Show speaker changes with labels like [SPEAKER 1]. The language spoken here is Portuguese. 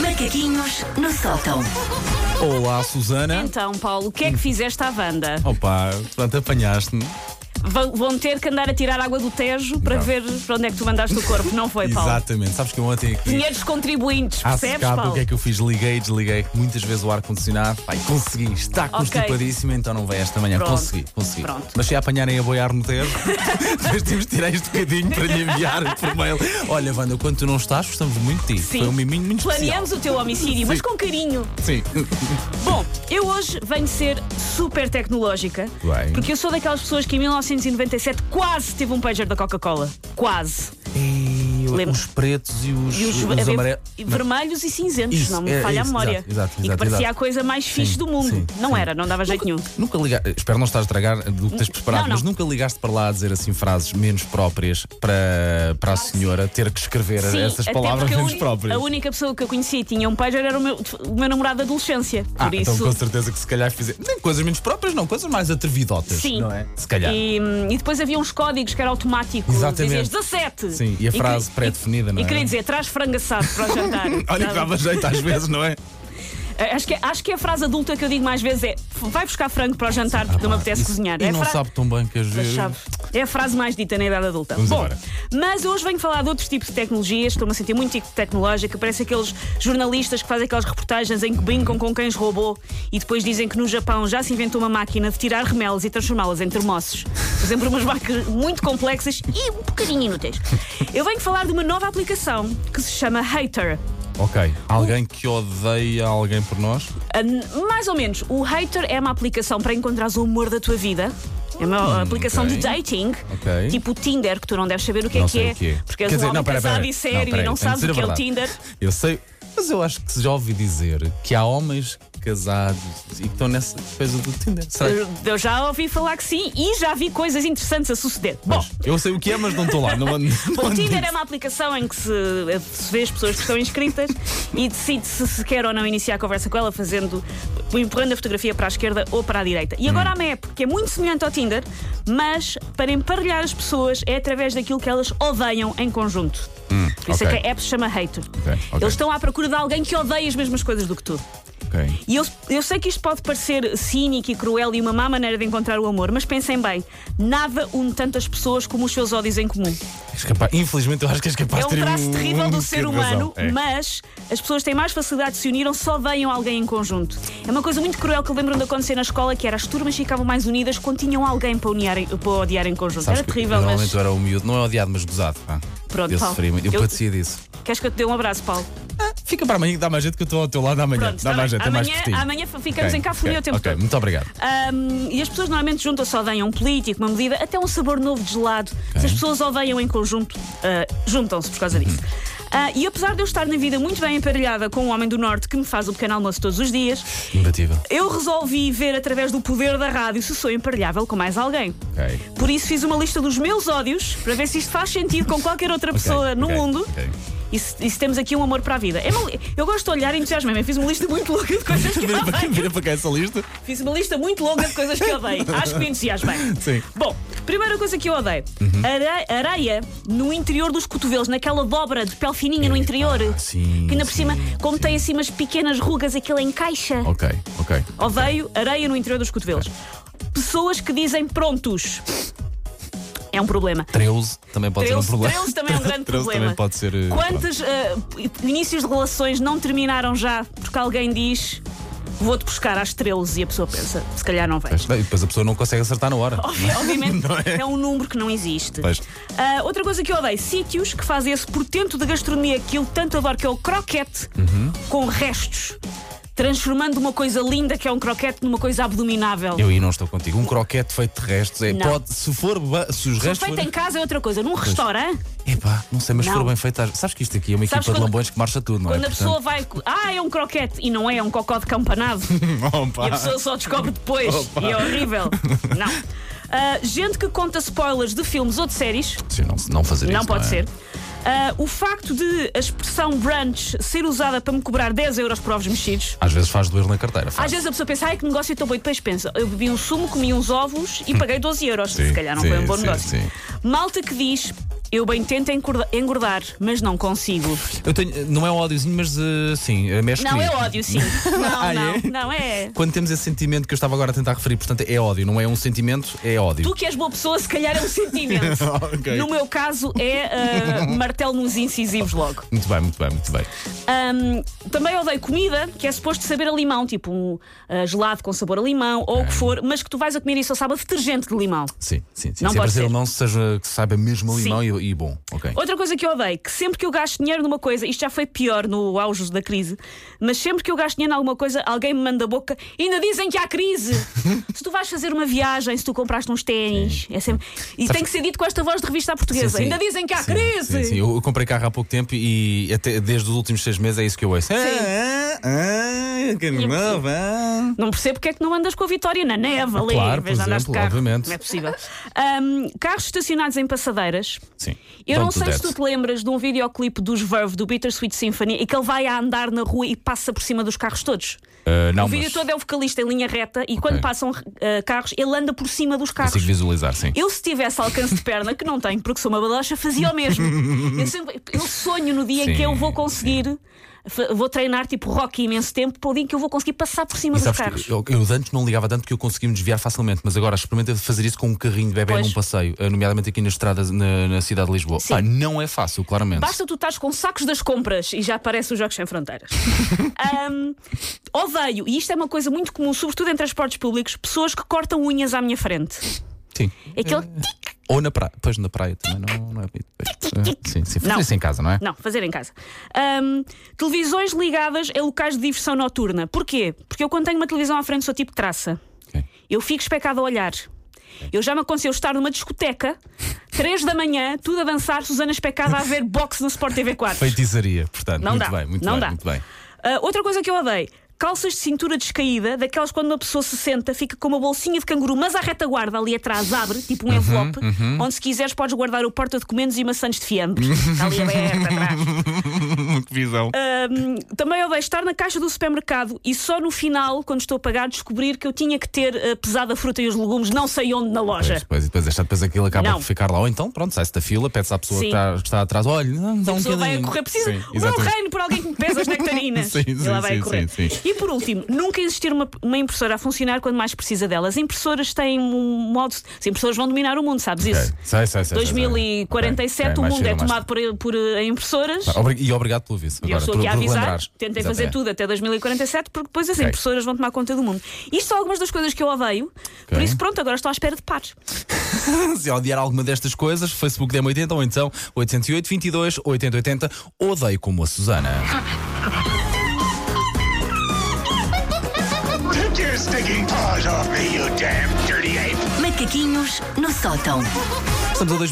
[SPEAKER 1] Macaquinhos no sótão.
[SPEAKER 2] Olá, Susana.
[SPEAKER 3] Então, Paulo, o que é que fizeste à Wanda?
[SPEAKER 2] Opa, portanto, apanhaste-me.
[SPEAKER 3] Vão vão ter que andar a tirar água do Tejo para
[SPEAKER 2] Não.
[SPEAKER 3] ver para onde é que tu mandaste o corpo, não foi, Paulo?
[SPEAKER 2] Exatamente. Sabes que eu ontem aqui.
[SPEAKER 3] Dinheiros contribuintes,
[SPEAKER 2] À
[SPEAKER 3] percebes,
[SPEAKER 2] secada,
[SPEAKER 3] Paulo?
[SPEAKER 2] o que é que eu fiz? Liguei, desliguei muitas vezes o ar-condicionado. Pai, consegui. Está
[SPEAKER 3] Ok.
[SPEAKER 2] constipadíssimo, então não vai esta manhã.
[SPEAKER 3] Pronto.
[SPEAKER 2] Consegui, consegui.
[SPEAKER 3] Pronto.
[SPEAKER 2] Mas se a apanharem a boiar no terro, depois temos de tirar este bocadinho para lhe enviar por mail. Olha, Wanda, quando tu não estás, gostamos muito de ti.
[SPEAKER 3] Sim.
[SPEAKER 2] Foi um miminho muito
[SPEAKER 3] Planeamos o teu homicídio, mas com carinho.
[SPEAKER 2] especial. Sim.
[SPEAKER 3] Bom, eu hoje venho ser super tecnológica,
[SPEAKER 2] Bem.
[SPEAKER 3] porque eu sou daquelas pessoas que em 1997 quase teve um pager da Coca-Cola. Quase.
[SPEAKER 2] E
[SPEAKER 3] Lembro.
[SPEAKER 2] os pretos e os,
[SPEAKER 3] E os,
[SPEAKER 2] os
[SPEAKER 3] ver-
[SPEAKER 2] amarelos.
[SPEAKER 3] e vermelhos e cinzentos,
[SPEAKER 2] Isso,
[SPEAKER 3] não me
[SPEAKER 2] é, isso,
[SPEAKER 3] falha a memória.
[SPEAKER 2] exato, exato,
[SPEAKER 3] e que
[SPEAKER 2] exato,
[SPEAKER 3] parecia
[SPEAKER 2] exato.
[SPEAKER 3] a coisa mais fixe
[SPEAKER 2] Sim,
[SPEAKER 3] do mundo.
[SPEAKER 2] sim,
[SPEAKER 3] não
[SPEAKER 2] sim.
[SPEAKER 3] era, não dava jeito nenhum.
[SPEAKER 2] Nunca ligaste, espero não estar a estragar do que tens preparado,
[SPEAKER 3] Não, não.
[SPEAKER 2] mas nunca ligaste para lá a dizer assim frases menos próprias para, para a senhora ter que escrever
[SPEAKER 3] Sim,
[SPEAKER 2] Eh, essas
[SPEAKER 3] até
[SPEAKER 2] palavras
[SPEAKER 3] porque a
[SPEAKER 2] menos
[SPEAKER 3] uni-
[SPEAKER 2] próprias.
[SPEAKER 3] A única pessoa que eu conhecia e tinha um pager era o meu, o meu namorado da adolescência.
[SPEAKER 2] Ah,
[SPEAKER 3] por
[SPEAKER 2] então
[SPEAKER 3] isso.
[SPEAKER 2] com certeza que se calhar fizer. Nem coisas menos próprias, não, coisas mais atrevidotas.
[SPEAKER 3] Sim.
[SPEAKER 2] Não é? Se calhar.
[SPEAKER 3] E, hum, e depois havia uns códigos que era automático.
[SPEAKER 2] Exatamente.
[SPEAKER 3] Dizias 17.
[SPEAKER 2] Sim, e a frase
[SPEAKER 3] queria-
[SPEAKER 2] pré-definida, não
[SPEAKER 3] E
[SPEAKER 2] é?
[SPEAKER 3] queria dizer, traz frango assado para o jantar.
[SPEAKER 2] Olha que
[SPEAKER 3] Sabe?
[SPEAKER 2] dava jeito às vezes, não é?
[SPEAKER 3] acho, que, é, acho que a frase adulta que eu digo mais vezes é: vai buscar frango para o jantar porque não me
[SPEAKER 2] ah,
[SPEAKER 3] apetece
[SPEAKER 2] Isso-
[SPEAKER 3] cozinhar.
[SPEAKER 2] E
[SPEAKER 3] é
[SPEAKER 2] não
[SPEAKER 3] fra-
[SPEAKER 2] sabe tão bem que às
[SPEAKER 3] Mas
[SPEAKER 2] vezes.
[SPEAKER 3] sabe, É a frase mais dita na idade adulta.
[SPEAKER 2] Vamos
[SPEAKER 3] Bom,
[SPEAKER 2] embora.
[SPEAKER 3] mas hoje venho falar de outros tipos de tecnologias, estou-me a sentir muito tecnológica. Parece aqueles jornalistas que fazem aquelas reportagens em que brincam com cães robô e depois dizem que no Japão já se inventou uma máquina de tirar remelos e transformá-las em termossos. Por exemplo, umas marcas muito complexas e um bocadinho inúteis. Eu venho falar de uma nova aplicação que se chama Hater.
[SPEAKER 2] Ok.
[SPEAKER 3] Uh.
[SPEAKER 2] Alguém que odeia alguém por nós?
[SPEAKER 3] Ah, n- mais ou menos, o Hater é uma aplicação para encontrares o amor da tua vida. É uma aplicação
[SPEAKER 2] Hum, ok.
[SPEAKER 3] de dating,
[SPEAKER 2] Ok.
[SPEAKER 3] tipo o Tinder, que tu não deves saber o que
[SPEAKER 2] não
[SPEAKER 3] é que
[SPEAKER 2] sei
[SPEAKER 3] é,
[SPEAKER 2] o que é.
[SPEAKER 3] porque és um homem
[SPEAKER 2] pera,
[SPEAKER 3] casado
[SPEAKER 2] pera.
[SPEAKER 3] e sério
[SPEAKER 2] Não, pera,
[SPEAKER 3] e não
[SPEAKER 2] tem
[SPEAKER 3] sabes
[SPEAKER 2] ser
[SPEAKER 3] o que é o
[SPEAKER 2] verdade.
[SPEAKER 3] Tinder.
[SPEAKER 2] Eu sei, mas eu acho que já ouvi dizer que há homens casados e que estão nessa coisa do Tinder. Será que...
[SPEAKER 3] Eu- Eu já ouvi falar que sim e já vi coisas interessantes a suceder. Bom,
[SPEAKER 2] Mas eu sei o que é, mas não estou lá. Não, ando- não,
[SPEAKER 3] O
[SPEAKER 2] ando-
[SPEAKER 3] Tinder é uma aplicação em que se, eh, se vê as pessoas que estão inscritas e decide se se quer ou não iniciar a conversa com ela, fazendo, empurrando a fotografia para a esquerda ou para a direita. E
[SPEAKER 2] Hum.
[SPEAKER 3] agora há uma app que é muito semelhante ao Tinder, mas para emparelhar as pessoas é através daquilo que elas odeiam em conjunto. Por isso
[SPEAKER 2] Hum, ok.
[SPEAKER 3] é que a app se chama Hater.
[SPEAKER 2] Ok, ok.
[SPEAKER 3] Eles estão à procura de alguém que odeia as mesmas coisas do que tu.
[SPEAKER 2] Ok.
[SPEAKER 3] E eu, eu sei que isto pode parecer cínico e cruel e uma má maneira de encontrar o amor, mas pensem bem: nada une tantas pessoas como os seus ódios em comum.
[SPEAKER 2] És capaz- É Infelizmente eu acho que és capaz
[SPEAKER 3] É um
[SPEAKER 2] de ter
[SPEAKER 3] traço terrível do
[SPEAKER 2] um
[SPEAKER 3] ser
[SPEAKER 2] bocado de razão.
[SPEAKER 3] humano,
[SPEAKER 2] É.
[SPEAKER 3] mas as pessoas têm mais facilidade de se unir ou só veiam alguém em conjunto. É uma coisa muito cruel que eu lembro de acontecer na escola, que era as turmas ficavam mais unidas quando tinham alguém para, unir, para odiar em conjunto.
[SPEAKER 2] Sabes
[SPEAKER 3] era
[SPEAKER 2] que
[SPEAKER 3] é terrível,
[SPEAKER 2] normalmente
[SPEAKER 3] mas
[SPEAKER 2] eu era humilde, não é odiado, mas gozado. pá.
[SPEAKER 3] Pronto,
[SPEAKER 2] eu
[SPEAKER 3] Paulo.
[SPEAKER 2] sofri muito. Eu,
[SPEAKER 3] Eu-
[SPEAKER 2] padecia disso. Ah,
[SPEAKER 3] queres que eu te dê um abraço, Paulo?
[SPEAKER 2] Fica para amanhã que dá mais jeito que eu estou ao teu lado amanhã.
[SPEAKER 3] Pronto,
[SPEAKER 2] dá
[SPEAKER 3] tá
[SPEAKER 2] mais
[SPEAKER 3] bem.
[SPEAKER 2] jeito, é mais
[SPEAKER 3] amanhã,
[SPEAKER 2] pertinho.
[SPEAKER 3] amanhã ficamos
[SPEAKER 2] Ok,
[SPEAKER 3] em cafonia
[SPEAKER 2] ok,
[SPEAKER 3] o tempo
[SPEAKER 2] Ok,
[SPEAKER 3] todo.
[SPEAKER 2] muito obrigado.
[SPEAKER 3] Ahm, e as pessoas normalmente juntam-se odeiam um político, uma medida, até um sabor novo de gelado. Se as pessoas odeiam em conjunto, ah, juntam-se por causa disso.
[SPEAKER 2] Uhum.
[SPEAKER 3] Ah, e apesar de eu estar na vida muito bem emparelhada com um homem do Norte que me faz o pequeno almoço todos os dias,
[SPEAKER 2] Imbatível.
[SPEAKER 3] eu resolvi ver através do poder da rádio se sou emparelhável com mais alguém.
[SPEAKER 2] Ok.
[SPEAKER 3] Por isso fiz uma lista dos meus ódios para ver se isto faz sentido com qualquer outra pessoa no
[SPEAKER 2] ok,
[SPEAKER 3] mundo.
[SPEAKER 2] ok.
[SPEAKER 3] E se, e se temos aqui um amor para a vida. É uma li- eu gosto de olhar e entusiasmo. Eu fiz uma lista muito longa de coisas que eu
[SPEAKER 2] Vira para,
[SPEAKER 3] odeio.
[SPEAKER 2] vira para cá essa lista.
[SPEAKER 3] Fiz uma lista muito longa de coisas que eu odeio. Acho que me entusiasma.
[SPEAKER 2] Sim.
[SPEAKER 3] Bom, primeira coisa que eu odeio:
[SPEAKER 2] Uhum.
[SPEAKER 3] Ara- areia no interior dos cotovelos, naquela dobra de pele fininha no
[SPEAKER 2] Epá,
[SPEAKER 3] interior.
[SPEAKER 2] sim,
[SPEAKER 3] que ainda por
[SPEAKER 2] sim,
[SPEAKER 3] cima, como
[SPEAKER 2] sim.
[SPEAKER 3] tem assim umas pequenas rugas, aquilo encaixa.
[SPEAKER 2] Ok, ok.
[SPEAKER 3] Odeio areia no interior dos cotovelos. Pessoas que dizem prontos. É um problema.
[SPEAKER 2] 13 também pode
[SPEAKER 3] Treus,
[SPEAKER 2] ser um problema.
[SPEAKER 3] treus também é um grande
[SPEAKER 2] 13
[SPEAKER 3] problema.
[SPEAKER 2] também pode ser. eh,
[SPEAKER 3] Quantos eh, inícios de relações não terminaram já porque alguém diz vou-te buscar às 13 e a pessoa pensa, se calhar não vais.
[SPEAKER 2] pronto. Bem, Depois a pessoa não consegue acertar na hora.
[SPEAKER 3] Obvi- Obviamente
[SPEAKER 2] Não
[SPEAKER 3] é?
[SPEAKER 2] é?
[SPEAKER 3] um número que não existe.
[SPEAKER 2] Pois.
[SPEAKER 3] Ah, outra coisa que eu odeio: sítios que fazem esse portento da gastronomia que eu tanto adoro, que é o croquete,
[SPEAKER 2] Uhum.
[SPEAKER 3] com restos, transformando uma coisa linda que é um croquete numa coisa abominável.
[SPEAKER 2] Eu aí não estou contigo. Um croquete feito de restos é.
[SPEAKER 3] Não.
[SPEAKER 2] Pode, se for. ba- Se os restos.
[SPEAKER 3] Feito em
[SPEAKER 2] forem-
[SPEAKER 3] casa é outra coisa, num restaurante,
[SPEAKER 2] Epá, não sei, mas se
[SPEAKER 3] Não.
[SPEAKER 2] for bem feito. às- Sabes que isto aqui é uma
[SPEAKER 3] Sabes
[SPEAKER 2] equipa de
[SPEAKER 3] quando-
[SPEAKER 2] lambões que marcha tudo, não
[SPEAKER 3] quando
[SPEAKER 2] é?
[SPEAKER 3] a pessoa vai. co- Ah, é um croquete! E não é, é um cocó de campanado.
[SPEAKER 2] Portanto...
[SPEAKER 3] E a pessoa só descobre depois.
[SPEAKER 2] Opa.
[SPEAKER 3] E é horrível. Não. Ah, gente que conta spoilers de filmes ou de séries.
[SPEAKER 2] Sim, não, não fazer isso.
[SPEAKER 3] Não pode
[SPEAKER 2] é?
[SPEAKER 3] ser. Ah, o facto de a expressão brunch ser usada para me cobrar 10 euros por ovos mexidos.
[SPEAKER 2] Às vezes faz doer na carteira.
[SPEAKER 3] Às
[SPEAKER 2] Faz.
[SPEAKER 3] vezes a pessoa pensa, ai que negócio tão bom, e depois pensa, eu bebi um sumo, comi uns ovos e paguei 12 euros.
[SPEAKER 2] Sim,
[SPEAKER 3] Se calhar não
[SPEAKER 2] sim,
[SPEAKER 3] foi um bom
[SPEAKER 2] sim,
[SPEAKER 3] negócio.
[SPEAKER 2] sim.
[SPEAKER 3] Malta que diz, Eu bem tento engorda- engordar, mas não consigo.
[SPEAKER 2] Eu tenho, não é um ódiozinho, mas eh, sim, eh, mexe
[SPEAKER 3] Não,
[SPEAKER 2] comigo.
[SPEAKER 3] é ódio, sim. Não,
[SPEAKER 2] Ah,
[SPEAKER 3] não,
[SPEAKER 2] é?
[SPEAKER 3] não é.
[SPEAKER 2] Quando temos esse sentimento que eu estava agora a tentar referir, portanto é ódio, não é um sentimento, é ódio.
[SPEAKER 3] Tu que és boa pessoa, se calhar é um sentimento.
[SPEAKER 2] Ok.
[SPEAKER 3] No meu caso, é ah, martelo nos incisivos logo.
[SPEAKER 2] Muito bem, muito bem, muito bem.
[SPEAKER 3] Ahm, também odeio comida que é suposto saber a limão, tipo um ah, gelado com sabor a limão ou o que for, mas que tu vais a comer e só sabe a detergente de limão.
[SPEAKER 2] Sim, sim, sim.
[SPEAKER 3] Não
[SPEAKER 2] Se é
[SPEAKER 3] pode ser.
[SPEAKER 2] brasileiro, não seja que saiba mesmo a
[SPEAKER 3] Sim.
[SPEAKER 2] limão e, e bom. Ok.
[SPEAKER 3] Outra coisa que eu odeio, que sempre que eu gasto dinheiro numa coisa, isto já foi pior no auge da crise, mas sempre que eu gasto dinheiro em alguma coisa, alguém me manda a boca e ainda dizem que há crise. se tu vais fazer uma viagem, se tu compraste uns ténis, é sempre. E tem que ser dito com esta voz de revista à portuguesa.
[SPEAKER 2] Sim, sim.
[SPEAKER 3] Ainda dizem que há
[SPEAKER 2] Sim,
[SPEAKER 3] crise!
[SPEAKER 2] Sim, sim. Eu eu comprei carro há pouco tempo e até desde os últimos seis meses é isso que eu ouço. Ah, ah, ah, que novo, ah.
[SPEAKER 3] Não percebo porque é que não andas com a Vitória na neve ali,
[SPEAKER 2] Claro,
[SPEAKER 3] em vez de
[SPEAKER 2] por
[SPEAKER 3] andares de
[SPEAKER 2] exemplo,
[SPEAKER 3] carro.
[SPEAKER 2] obviamente.
[SPEAKER 3] Não é possível. Ahm, carros estacionados em passadeiras.
[SPEAKER 2] Sim. Don't
[SPEAKER 3] Eu não
[SPEAKER 2] do
[SPEAKER 3] sei se
[SPEAKER 2] that.
[SPEAKER 3] tu te lembras de um videoclipe dos Verve, do Bittersweet Symphony, e que ele vai a andar na rua e passa por cima dos carros todos.
[SPEAKER 2] Ah, não,
[SPEAKER 3] o vídeo
[SPEAKER 2] mas
[SPEAKER 3] todo é o vocalista em linha reta e quando passam eh, carros, ele anda por cima dos carros.
[SPEAKER 2] Consigo visualizar, sim.
[SPEAKER 3] Eu, se tivesse alcance de perna, que não tenho, porque sou uma balocha, fazia o mesmo. Eu, sempre- eu sonho no dia em que
[SPEAKER 2] Sim,
[SPEAKER 3] eu vou conseguir, fa- vou treinar tipo rock imenso tempo, para o dia em que eu vou conseguir passar por
[SPEAKER 2] E
[SPEAKER 3] cima dos
[SPEAKER 2] sabes que
[SPEAKER 3] carros.
[SPEAKER 2] eu, eu de antes não ligava tanto que eu conseguia me desviar facilmente, mas agora experimenta fazer isso com um carrinho de bebê
[SPEAKER 3] Pois.
[SPEAKER 2] num passeio, eh, nomeadamente aqui nas estradas na, na cidade de Lisboa.
[SPEAKER 3] Sim.
[SPEAKER 2] Pá, não é fácil, claramente.
[SPEAKER 3] Basta tu estares com sacos das compras e já aparece os Jogos Sem Fronteiras. Ahm, odeio, e isto é uma coisa muito comum, sobretudo em transportes públicos, pessoas que cortam unhas à minha frente.
[SPEAKER 2] Sim.
[SPEAKER 3] É Aquele.
[SPEAKER 2] Ou na praia. Pois na praia também não, não é bonito. Pois. Eh, Sim, sim. Fazer
[SPEAKER 3] Não.
[SPEAKER 2] isso em casa, não é?
[SPEAKER 3] Não, fazer em casa. Ahm, televisões ligadas a locais de diversão noturna. Porquê? Porque eu, quando tenho uma televisão à frente, sou tipo traça.
[SPEAKER 2] Ok.
[SPEAKER 3] Eu fico especado a olhar. Eu já me aconteceu estar numa discoteca, 3 da manhã, tudo a dançar, Susana especada a ver boxe no Sport TV 4.
[SPEAKER 2] tipo- Feitiçaria, portanto.
[SPEAKER 3] Não
[SPEAKER 2] muito
[SPEAKER 3] dá,
[SPEAKER 2] bem, muito
[SPEAKER 3] não
[SPEAKER 2] bem,
[SPEAKER 3] dá.
[SPEAKER 2] muito bem.
[SPEAKER 3] Ah, outra coisa que eu odeio: calças de cintura descaída, daquelas quando uma pessoa se senta, fica com uma bolsinha de canguru, mas à retaguarda ali atrás abre, tipo um envelope, onde se quiseres podes guardar o porta-documentos e maçãs de fiambre. Está ali aberta atrás.
[SPEAKER 2] que visão.
[SPEAKER 3] Ah, Ahm, também odeio estar na caixa do supermercado e só no final, quando estou a pagar, descobrir que eu tinha que ter ah, pesado a fruta e os legumes, não sei onde na loja.
[SPEAKER 2] Pois, pois, e depois, esta, depois aquilo acaba
[SPEAKER 3] Não.
[SPEAKER 2] por ficar lá. Ou então, pronto, sai-se da fila, pede-se à pessoa que
[SPEAKER 3] Sim.
[SPEAKER 2] está, que está atrás, olha, não, dá
[SPEAKER 3] A
[SPEAKER 2] um
[SPEAKER 3] pessoa Tipo, vai a
[SPEAKER 2] bocadinho.
[SPEAKER 3] correr, precisa um
[SPEAKER 2] Sim,
[SPEAKER 3] o meu
[SPEAKER 2] exatamente.
[SPEAKER 3] reino por alguém que me pesa as nectarinas.
[SPEAKER 2] Sim,
[SPEAKER 3] e
[SPEAKER 2] sim,
[SPEAKER 3] lá vai
[SPEAKER 2] sim,
[SPEAKER 3] a correr.
[SPEAKER 2] sim, sim.
[SPEAKER 3] E por último, nunca existir uma, uma impressora a funcionar quando mais precisa delas. Impressoras têm um modo. As impressoras vão dominar o mundo, sabes
[SPEAKER 2] Ok.
[SPEAKER 3] isso?
[SPEAKER 2] Sei, sei, sei, sei, sei. Ok, ok, mais
[SPEAKER 3] 2047, o mundo é
[SPEAKER 2] cedo ou mais
[SPEAKER 3] tomado por, por eh, impressoras.
[SPEAKER 2] tarde. Obri- E obrigado pelo aviso.
[SPEAKER 3] Eu
[SPEAKER 2] agora,
[SPEAKER 3] estou
[SPEAKER 2] por,
[SPEAKER 3] aqui a
[SPEAKER 2] por
[SPEAKER 3] avisar,
[SPEAKER 2] lembrares.
[SPEAKER 3] tentem
[SPEAKER 2] Exato,
[SPEAKER 3] fazer
[SPEAKER 2] é.
[SPEAKER 3] tudo até 2047, porque depois as
[SPEAKER 2] Ok.
[SPEAKER 3] impressoras vão tomar conta do mundo. Isto são algumas das coisas que eu odeio, por
[SPEAKER 2] Ok.
[SPEAKER 3] isso, pronto, agora estou à espera de pares.
[SPEAKER 2] Se odiar alguma destas coisas, Facebook da 80 ou então 808 22 8080. Odeio como a Susana.
[SPEAKER 1] Take your stinking paws off me, you damn dirty ape!
[SPEAKER 4] Macaquinhos no sótão.
[SPEAKER 2] Estamos a dois